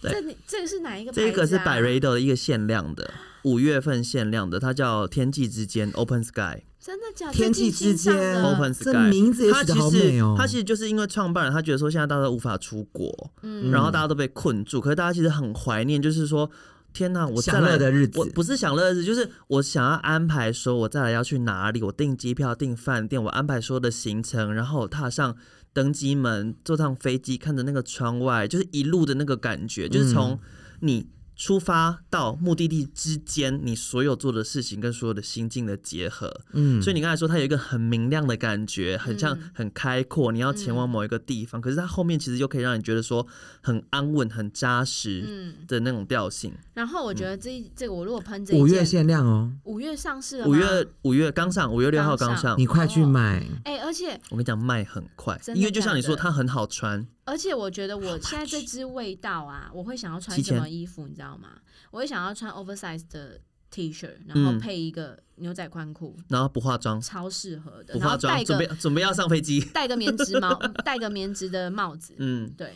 S2: 对
S4: 这你这个是哪一个牌子啊？
S2: 这个是百瑞的一个限量的，五月份限量的，它叫《天际之间》（Open Sky）。
S4: 真的假的？
S3: 天气之间
S4: 最近新上的
S2: Open
S3: 这
S2: Sky
S3: 名字也
S2: 它
S3: 取得
S2: 其
S3: 好美
S2: 实
S3: 哦。
S2: 它其实就是因为创办人，他觉得说现在大家都无法出国，
S4: 嗯
S2: 然后大家都被困住，可是大家其实很怀念，就是说。天呐，我再
S3: 享
S2: 来
S3: 乐的日子
S2: 我不是享乐的日子，就是我想要安排说，我再来要去哪里，我订机票、订饭店，我安排所有的行程，然后我踏上登机门，坐上飞机，看着那个窗外，就是一路的那个感
S3: 嗯
S2: 觉，就是从你出发到目的地之间，你所有做的事情跟所有的心境的结合。
S3: [laughs] 嗯
S2: 所以你刚才说它有一个很明亮的感觉，很像
S4: 嗯
S2: 很开阔，你要前往某一个地方，可是它后面其实又可以让你觉得说很安稳、很扎实
S4: 嗯，
S2: 的那种调性。
S4: 然后我觉得这一这个我如果喷这一
S3: 五月
S4: 件
S3: 限量哦，
S4: 五月上市了吗，
S2: 五月五月刚上，五月六号刚
S4: 刚
S2: 上
S3: 你，快去买。
S4: 哎，而且
S2: 我跟你讲卖很快，
S4: 真的
S2: 因为就像你说
S4: 假的
S2: 它很好穿，
S4: 而且我觉得我现在这支味道啊，我会想要穿
S2: 七
S4: 什
S2: 千
S4: 么衣服，你知道吗？我会想要穿 oversize 的 T 恤，然后
S2: 嗯
S4: 配一个牛仔宽裤，
S2: 然后不化妆，
S4: 超适合的，
S2: 不
S4: 然
S2: 化
S4: 后戴
S2: 妆，准备
S4: 个
S2: 准备要上飞机，
S4: 戴个棉质帽，戴个棉质的帽子，
S2: 嗯，
S4: 对，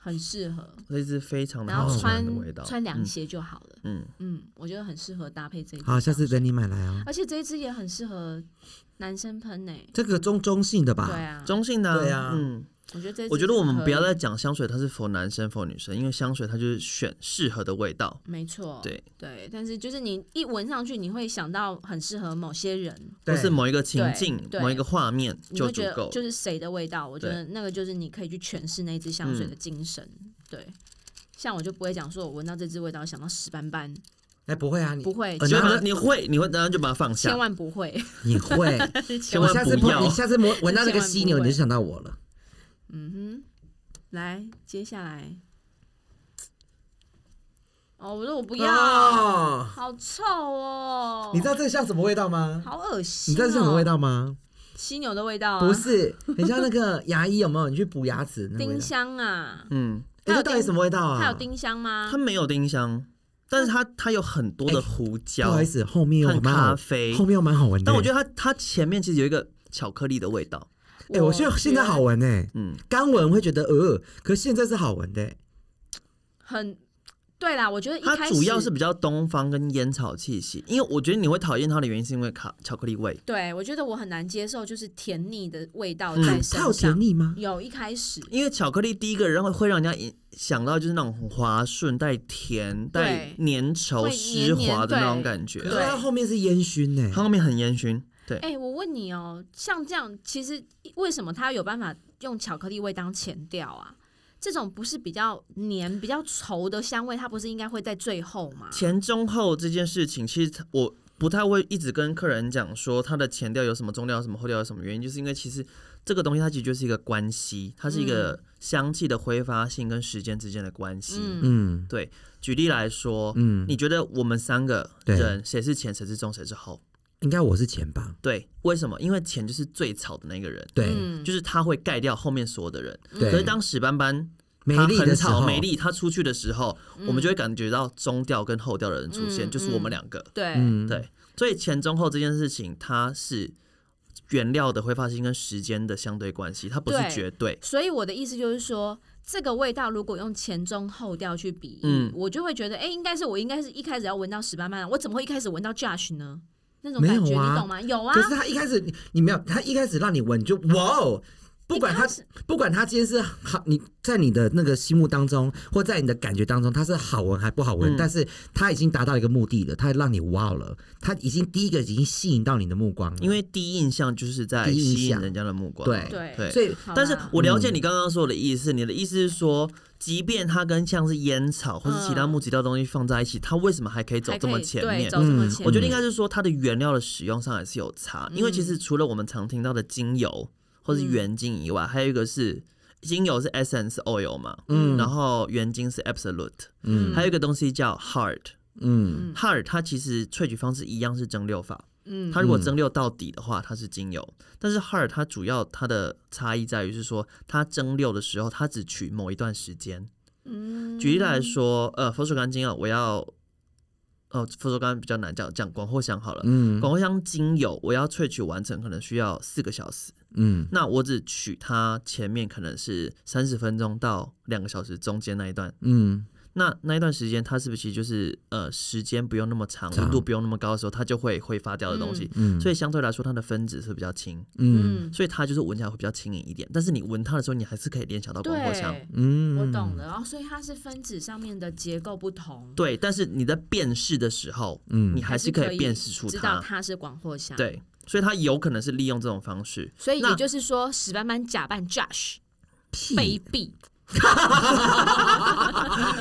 S4: 很适合。
S2: 这是非常的
S4: 然
S2: 好
S4: 后
S2: 穿
S4: 穿
S2: 的味道，
S4: 穿凉
S2: 嗯，
S4: 鞋就好了，
S2: 嗯，
S4: 嗯，我觉得很适合搭配这一支。
S3: 好，下次等你买来哦。
S4: 而且这一支也很适合男生喷呢、
S3: 这个中中性的
S4: 对
S3: 吧？
S4: 啊，
S2: 中性的，
S3: 对啊
S2: 嗯，
S4: 我觉得这一支
S2: 我觉得
S4: 是
S2: 我们不要
S4: 可以
S2: 再讲香水它是否男生否女生，因为香水它就是选适合的味道，
S4: 没错，
S2: 对
S4: 对，但是就是你一闻上去，你会想到很适合某些人，
S2: 或
S3: 对
S2: 是某一个情境
S4: 对、对
S2: 某一个画面
S4: 你
S2: 就
S4: 会
S2: 足
S4: 觉得
S2: 够。
S4: 就是谁的味道，我觉得那个就是你可以去诠释那支香水
S3: 嗯
S4: 的精神，对。像我就不会讲说，我闻到这支味道想到屎斑斑，
S3: 哎，不会啊，你
S4: 不会，
S3: 呃
S2: 你就
S3: 拿
S2: 把
S3: 了
S2: 它你会，你会，然后就把它放下
S4: 千。万不会，
S3: 你会。
S2: 千
S4: 千
S2: 万
S3: 我
S4: 万，
S3: 下次
S2: 不
S3: 碰
S2: 要
S3: 你下次闻闻到那个犀牛，
S4: 千万
S3: 你
S4: 不会
S3: 就想到我了。
S4: 嗯哼。来，接下来，哦，我说我不要，
S3: 哦
S4: 好臭哦，
S3: 你知道这个像什么味道吗？
S4: 好恶心、
S3: 你
S4: 哦
S3: 知道是什么味？道吗？
S4: 犀牛的味道、啊，
S3: 不是，很像那个牙医有没有？你去补牙齿那个味
S4: 丁
S3: 道。
S4: 香啊？
S2: 嗯，
S3: 哎，这到底什么味道啊？
S4: 它有丁香吗
S2: 它？没有丁香，但是它
S4: 嗯
S2: 它有很多
S4: 哎
S2: 的胡椒
S3: 不好意思，后面又
S2: 和
S3: 蛮好
S2: 咖，啡
S3: 后，面又蛮好闻的。
S2: 但我觉得它它前面其实有一个巧克力的味道。
S3: 得，哎，我觉得现在好，闻哎，
S2: 嗯，
S3: 刚闻会觉得呃，可是现在是好闻的欸。
S4: 很对啦，我觉得一
S2: 它
S4: 开始
S2: 主要是比较东方跟烟草气息，因为我觉得你会讨厌它的原因是因为卡巧克力味。
S4: 对我觉得我很难接受，就是甜腻的味道
S2: 嗯
S4: 在
S3: 它有
S4: 身
S3: 甜
S4: 上。
S3: 腻吗？
S4: 有一开始，
S2: 因为巧克力第一个人会会让人家想到就是那种很滑顺、带甜、带粘稠、
S4: 会
S2: 湿滑的那种感觉。
S3: 可
S4: 黏
S3: 是
S4: 黏对
S3: 它啊后面是烟熏呢、
S2: 它后面很烟熏，对，
S4: 哎、我问你哦，像这样，其实为什么他有办法用巧克力味当前调啊？这种不是比较黏、比较稠的香味，它不是应该会在最后吗？
S2: 前中后这件事情，其实我不太会一直跟客人讲说它的前调有什么，中调有什么，后调有什么原因，就是因为其实这个东西它其实就是一个关系，它是一个香气的挥发性跟时间之间的关系。
S4: 嗯，
S3: 嗯
S2: 举例来说，
S3: 嗯，
S2: 你觉得我们三个
S3: 对
S2: 人谁是前，谁是中，谁是后？
S3: 应该我是前吧？
S2: 对，为什么？因为前就是最吵的那个人，
S3: 对、
S4: 嗯
S2: 就是他会盖掉后面所有的人。
S3: 对，
S2: 可是当史斑斑
S3: 美
S2: 他
S3: 丽的
S2: 很
S3: 时
S2: 吵、
S3: 候，
S2: 美丽，他出去的时候，我们就会感觉到中调跟后调的人出现，
S4: 嗯
S2: 就是我们两个。
S4: 对，
S3: 嗯，
S2: 对所以前中后这件事情，它是原料的挥发性跟时间的相对关系，它不是
S4: 对
S2: 绝对。
S4: 所以我的意思就是说，这个味道如果用前中后调去比喻，
S2: 嗯
S4: 我就会觉得，哎、应该是我应该是一开始要闻到十八曼，我怎么会一开始闻到 Josh 呢？那种
S3: 没
S4: 感
S3: 有
S4: 觉、
S3: 啊
S4: 你懂吗？有啊
S3: 可，是他一开始你你没有，他一开始让你闻你就哇哦，不管他
S4: 一开始
S3: 不管他今天是好，你在你的那个心目当中，或在你的感觉当中，它是好闻还不好闻，
S2: 嗯
S3: 但是他已经达到一个目的了，他让你哇哦了，他已经第一个已经吸引到你的目光了，
S2: 因为第一印象就是在
S3: 第一印
S2: 吸引
S3: 象
S2: 人家的目光。
S3: 对
S4: 对嗯
S2: 对
S3: 所以
S4: 好啦
S2: 但是我了解你刚刚说的意思，你的意思是说，即便它跟像是烟草或是其他
S4: 嗯
S2: 木质调东西放在一起，它为什么还可以走
S4: 还
S2: 这
S4: 可
S2: 么
S4: 以
S2: 前
S4: 对
S2: 面？
S4: 走这么
S3: 嗯
S4: 前面，
S2: 我觉得应该是说它的原料的使用上也是有差，因为其
S4: 嗯
S2: 实除了我们常听到的精油或是
S4: 嗯
S2: 原精以外，还有一个是精油是 essence oil 嘛，
S3: 嗯
S2: 然后原精是 absolute，
S3: 嗯
S2: 还有一个东西叫 hard。
S3: 嗯
S4: 嗯
S2: hard 它其实萃取方式一样是蒸馏法，
S4: 嗯
S2: 它如果蒸馏到底的话，它是精油。但是 hard 它主要它的差异在于是说，它蒸馏的时候它只取某一段时间。
S4: 嗯
S2: 举例来说，呃，佛手柑精油我要，哦，佛手柑比较难讲，讲广藿香好了。
S3: 嗯
S2: 广藿香精油，我要萃取完成可能需要四个小时，
S3: 嗯
S2: 那我只取它前面可能是三十分钟到两个小时中间那一段，
S3: 嗯
S2: 那那一段时间它是不是其实就是呃时间不用那么长，
S3: 长
S2: 温度不用那么高的时候，它就会挥发掉的东西，
S3: 嗯，
S2: 所
S3: 以
S2: 以相对来说它的分子是比较轻，
S3: 嗯
S4: 嗯，
S2: 所以它就是闻起来会比较轻盈一点，但是你闻它的时候，你还是可以联想到广藿香。
S4: 对，
S3: 嗯
S4: 我懂了。然、后所以它是分子上面的结构不同，
S2: 对，但是你在辨识的时候，
S3: 嗯
S2: 你还是可以辨识出
S4: 知道它是广藿香。，
S2: 对，所以它有可能是利用这种方式。
S4: 所以
S2: 那
S4: 也就是说，史班班假扮 Josh
S3: 屁，
S4: 卑鄙，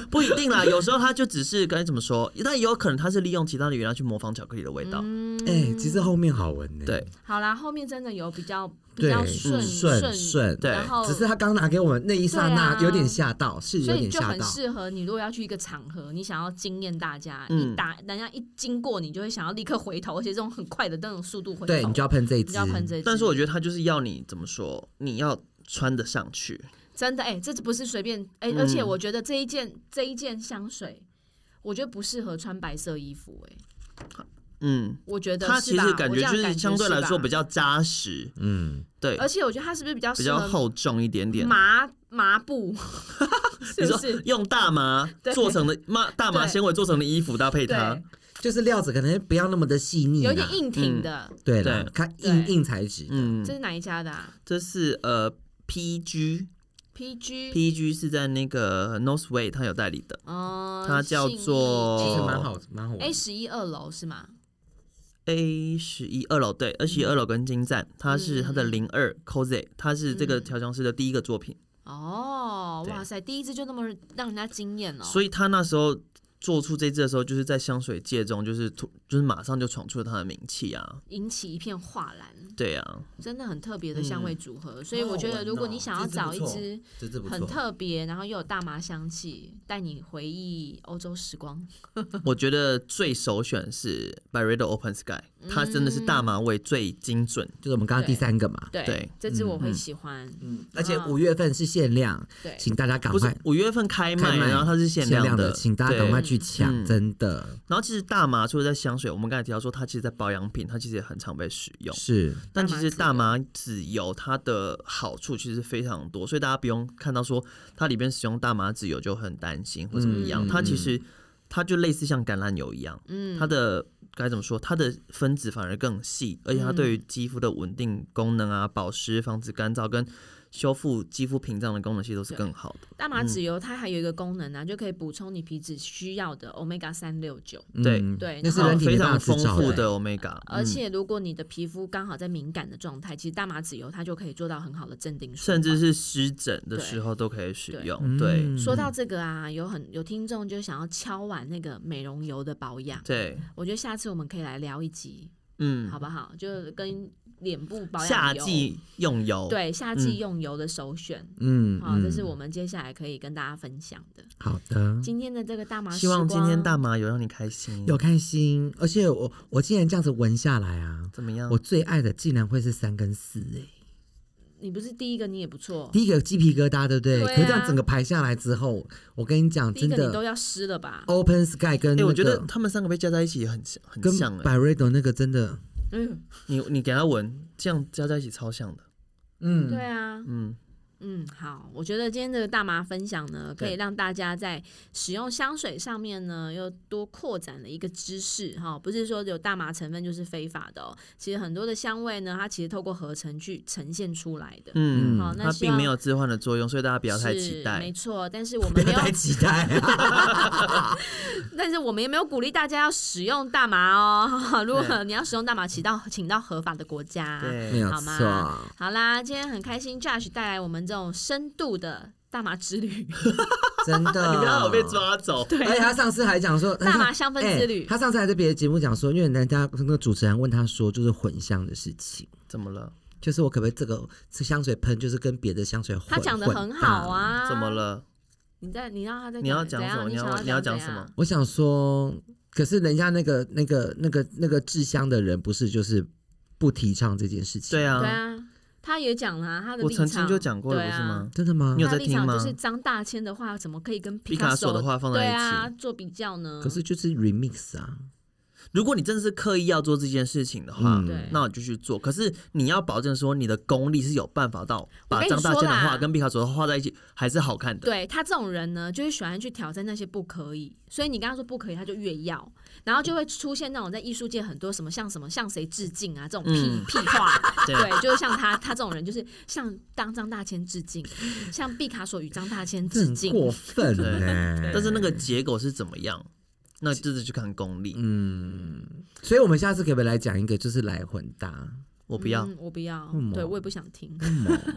S2: 不一定啦，有时候它就只是该怎么说，但也有可能它是利用其他的原料去模仿巧克力的味道。
S4: 嗯
S3: 哎、其实后面好闻呢、
S2: 对，
S4: 好啦，后面真的有比较比
S3: 对
S4: 较
S2: 嗯
S3: 顺
S4: 顺
S3: 顺，
S2: 对
S4: 然后
S3: 只是他刚拿给我们那一刹那
S4: 哦对啊
S3: 有点吓到，是
S4: 所
S3: 有
S4: 以
S3: 点
S4: 就
S3: 吓
S4: 很
S3: 到，
S4: 适合你。如果要去一个场合，你想要惊艳大家，
S2: 嗯
S4: 一打人家一经过你，就会想要立刻回头，而且这种很快的那种速度回头，
S3: 对你就要喷这一
S4: 你
S3: 支，
S4: 就要喷这支。
S2: 但是我觉得它就是要你怎么说，你要穿得上去。
S4: 真的哎、这不是随便哎、
S2: 嗯
S4: 而且我觉得这一件这一件香水，我觉得不适合穿白色衣服哎、
S2: 嗯，
S4: 我觉得
S2: 它
S4: 是
S2: 其
S4: 吧
S2: 实感
S4: 我
S2: 觉
S4: 这样
S2: 就是相对来说比
S4: 较，
S2: 较扎实，
S3: 嗯，
S2: 对，
S4: 而且我觉得它是不是比较
S2: 比
S4: 适
S2: 较
S4: 合
S2: 厚重一点点。
S4: 麻麻布，
S2: [laughs] 你
S4: 是不
S2: 说啊
S4: 是？
S2: 用大麻
S4: [laughs] 对
S2: 做成的麻大麻
S4: 对
S2: 纤维做成的衣服搭配它
S4: 对，，
S3: 就是料子可能不要那么的细腻啦，
S4: 有点硬
S2: 嗯
S4: 挺的，
S3: 对啦，
S2: 对
S3: 看硬
S4: 对
S3: 硬材质。
S2: 嗯
S4: 这，是哪一家的、啊、
S2: 这是呃 PG
S4: ？PG，
S2: PG 是在那个 Northway 它有代理的，
S4: 哦、
S2: 它叫做
S3: 其
S4: 信
S3: 实
S4: 义
S3: 蛮好，蛮好玩的。
S4: A 十一二楼是吗？
S2: A 十一二楼，对，二十一二楼跟金赞，它是它的零二 Cozy，它是这个调香师的第一个作品，
S4: 哦，
S2: 对
S4: 哇塞，第一支就那么让人家惊艳哦。
S2: 所以他那时候做出这支的时候，就是在香水界中，就是突就是马上就闯出了他的名气啊，
S4: 引起一片哗然，
S2: 对啊，
S4: 真的很特别的
S2: 嗯
S4: 香味组合，所以我觉得如
S2: 哦
S4: 果你想要找一支
S3: 这支不
S4: 很特别，然后又有大麻香气，带你回忆欧洲时光，
S2: 我觉得最首选是 b y r e d o Open Sky，它真的是大麻味最精准，
S3: 就是我们刚刚第三个嘛，
S4: 对，
S2: 对
S4: 这支我会喜欢，
S3: 嗯，而且
S4: 嗯
S3: 五月份是限量，
S4: 对，
S3: 请大家赶
S2: 不是
S3: 快
S2: 五月份开
S3: 开
S2: 卖，
S3: 卖
S2: 然后它是限
S3: 限量
S2: 的，
S3: 请大家赶
S2: 对
S3: 快去去抢，
S2: 嗯
S3: 真的
S2: 然后其实大麻除了在香水，我们刚才提到说它其实，在保养品它其实也很常被使用。
S3: 是
S2: 但
S4: 大
S2: 其
S4: 麻
S2: 实
S4: 籽
S2: 大
S4: 油
S2: 麻籽油它的好处其实非常多，所以大家不用看到说它里边使用大麻籽油就很担心或怎么样。
S3: 嗯
S2: 它其实它就类似像橄榄油一样，
S4: 嗯，
S2: 它的该怎么说？它的分子反而更细，而且它
S3: 嗯
S2: 对于肌肤的稳定功能啊、保湿、防止干燥跟修复肌肤屏障的功能，其实都是
S4: 对
S2: 更好的。
S4: 大麻籽油它还有一个功能呢、啊就可以补充你皮脂需要的 omega 三六九。
S2: 对
S3: 嗯
S4: 对
S3: 那是
S4: 然后
S3: 人体
S2: 非
S3: 没办
S2: 常
S3: 法制
S2: 丰
S3: 造欸
S2: 富的 omega，
S4: 而
S2: 嗯
S4: 且，如果你的皮肤刚好在敏感的状态，其实大麻籽油它就可以做到很好的镇定舒
S2: 甚
S4: 缓。
S2: 至是湿疹的时候都可以使用。对
S3: 嗯
S4: 说到这个啊，有很有听众就想要敲完那个美容油的保养，
S2: 对，
S4: 我觉得下次我们可以来聊一集，
S2: 嗯
S4: 好，不好？就跟脸部保养
S2: 夏
S4: 油
S2: 季用油，
S4: 对夏
S2: 嗯
S4: 季用油的首选。
S3: 嗯，
S4: 好、这是
S3: 嗯
S4: 我们接下来可以跟大家分享的。
S3: 好的。
S4: 今天的这个大啊麻时
S2: 希
S4: 光，
S2: 望今天大麻有让你开心，
S3: 有开心，而且我我竟然这样子闻下来啊，
S2: 怎么样
S3: 我？最爱的竟然会是三跟四哎、
S4: 你不是第一个，你也不错，
S3: 第一个鸡皮疙瘩，对不对？
S4: 哦对啊
S3: 可是这样整个排下来之后，我跟你讲，
S4: 第一
S3: 真
S4: 个你都
S3: 的
S4: 要湿了吧？
S3: ，Open Sky 跟
S2: 哎、
S3: 那个、
S2: 我觉得他们三个被加在一起也很像，很
S3: 跟
S2: 像哎、
S3: 百瑞朵那个真的，
S4: 嗯，
S2: 你你给他闻，这样加在一起超像的。
S3: 嗯，
S4: 对啊，
S2: 嗯，
S4: 嗯，好，我觉得今天这个大麻分享呢，可以
S2: 对
S4: 让大家在使用香水上面呢，又多扩展了一个知识哈、不是说有大麻成分就是非法的哦，其实很多的香味呢，它其实透过合成去呈现出来的。
S2: 嗯，
S4: 好那
S2: 它
S4: 希
S2: 并没
S4: 望
S2: 有置换的作用，所以大家不
S4: 不
S2: 要太期
S4: 没
S2: 待。
S4: 错。但是我
S2: [laughs]
S3: 不
S4: 们没
S3: 要
S4: 有
S3: 太，期待、啊
S4: [laughs] 但是我们也没有鼓励大家要使用大麻哦。 [laughs] 如果你要使用大麻，请到请到合法的国家。
S3: 没
S2: 对，
S3: 有
S4: 好
S3: 错
S4: 吗。好啦，今天很开心，Josh 带来我们这种深度的大麻
S2: [laughs]
S4: 之旅。
S3: 真的，
S2: 你不要老被。抓走。
S4: 对
S3: 而且他上次还讲说，
S4: 大麻
S3: 他
S4: 香氛
S3: 哎
S4: 之旅
S3: 他上次还在别的节目讲说，因为人家那个主持人问他说，就是混香的事情，
S2: 怎么了？
S3: 就是我可不可以这个这香水喷，就是跟别的香水混？
S4: 他讲的
S3: 混
S4: 很
S3: 搭
S4: 好。啊，
S2: 怎么？了？
S4: 你在你让他在
S2: 你要讲
S4: 怎
S2: 什
S4: 样
S2: 么
S4: 你
S2: 你要
S4: 想
S2: 你要
S4: 讲
S2: 讲什么？
S3: 我想说，可是人家那个那个那个那个制香的人，不是就是不提倡这件事情？
S2: 对，啊，
S4: 对啊，他也讲了啊他的
S2: 我
S4: 立场，
S2: 曾经就讲过了，
S4: 对
S2: 不是吗
S4: 啊？？
S3: 真的吗
S2: 你？有
S4: 他的
S2: 在
S4: 立场
S2: 听吗
S4: 就是张大千的话怎么可以跟
S2: 毕卡索
S4: 索
S2: 的话放在
S4: 对
S2: 一
S4: 啊
S2: 起。
S4: 做比较呢？
S3: 可是就是 remix 啊，
S2: 如果你真的是刻意要做这件事情的话
S3: 嗯，
S4: 对
S2: 那我就去做。可是你要保证说你的功力是有办法到把
S4: 跟你
S2: 张大
S4: 说
S2: 千的
S4: 啦
S2: 画跟毕卡索的画在一起，还是好看的。
S4: 对他这种人呢，就是喜欢去挑战那些不可以，所以你刚刚说不可以，他就越要，然后就会出现那种在艺术界很多什么向什么向谁致敬啊这种屁、
S2: 嗯
S4: 屁话，
S2: [laughs] 对
S4: 对，就是像他他这种人，就是向当张大千致敬，向毕卡索与张大千
S3: 这
S4: 致
S3: 很
S4: 敬，
S3: 过分欸
S2: 对
S3: 呢、
S4: [laughs]
S2: 但是那个结果是怎么样，那就是去看功力。
S3: 嗯，所以我们下次可不可以来讲一个，就是来混搭？
S2: 我不要
S4: 嗯，我不要
S3: 为什，么
S4: 对我也不想听。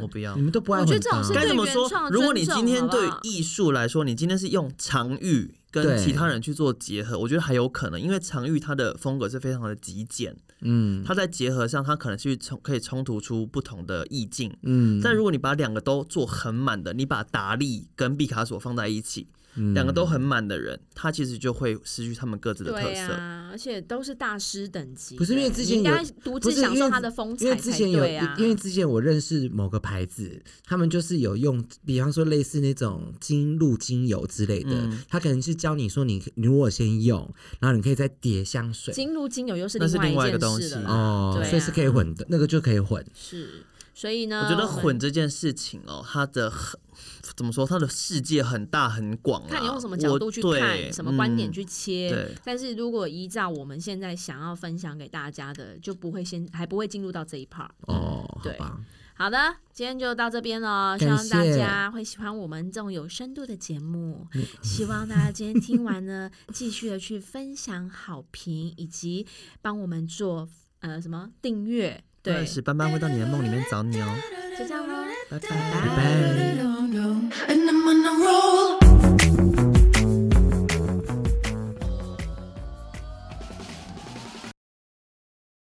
S2: 我不要
S3: 你。们都不爱
S4: 我觉
S3: 混
S4: 得这
S3: 搭
S4: 种是
S2: 该
S4: 对
S2: 怎么
S4: 原
S2: 说
S4: 创？的
S2: 如果你
S4: 尊
S2: 今天
S4: 重好不
S2: 对
S4: 好
S2: 艺术来说，你今天是用常玉跟
S3: 对
S2: 其他人去做结合，我觉得还有可能，因为常玉他的风格是非常的极简，
S3: 嗯
S2: 他在结合上，他可能去冲可以冲突出不同的意境。
S3: 嗯，
S2: 但如果你把两个都做很满的，你把达利跟毕卡索放在一起，
S3: 嗯
S2: 两个都很满的人，他其实就会失去他们各自的特
S4: 对
S2: 色。
S4: 啊，而且都是大师等级的，
S3: 不是因为之前
S4: 你应该
S3: 有
S4: 独
S3: 不
S4: 自
S3: 是
S4: 享
S3: 因
S4: 受
S3: 为
S4: 它的风
S3: 因
S4: 采
S3: 为之
S4: 才
S3: 前有，
S4: 对啊。
S3: 因为之前我认识某个牌子，他们就是有用，比方说类似那种精露精油之类的，
S2: 嗯
S3: 他可能是教你说你你如果先用，然后你可以再叠香水
S4: 金如精油又是
S2: 那是
S4: 另
S2: 另外
S4: 外
S2: 一
S4: 一
S2: 个
S4: 件
S2: 东
S4: 事
S2: 西
S4: 了啦，
S3: 哦，
S4: 对啊
S3: 所以是可以混的，那个就可以混。
S4: 是，所以呢，
S2: 我觉得
S4: 们
S2: 混这件事情哦，它的很怎么说，它的世界很大很广、啊，
S4: 看你用什么
S2: 我
S4: 角度去
S2: 对
S4: 看，什么观点
S2: 嗯
S4: 去切。
S2: 对
S4: 但是如果依照我们现在想要分享给大家的，就不会先还不会进入到这一 part。
S3: 哦，好
S4: 对
S3: 吧，
S4: 好的，今天就到这边了，希
S3: 感
S4: 望大
S3: 谢
S4: 家会喜欢我们这种有深度的节目。
S3: 嗯
S4: 希望大家今天听完呢，继续的去分享好评，以及帮我们做呃什么订阅。对
S2: 但，是斑斑会到你的梦里面找你哦，
S4: 就这样喽。
S2: 拜拜。
S1: And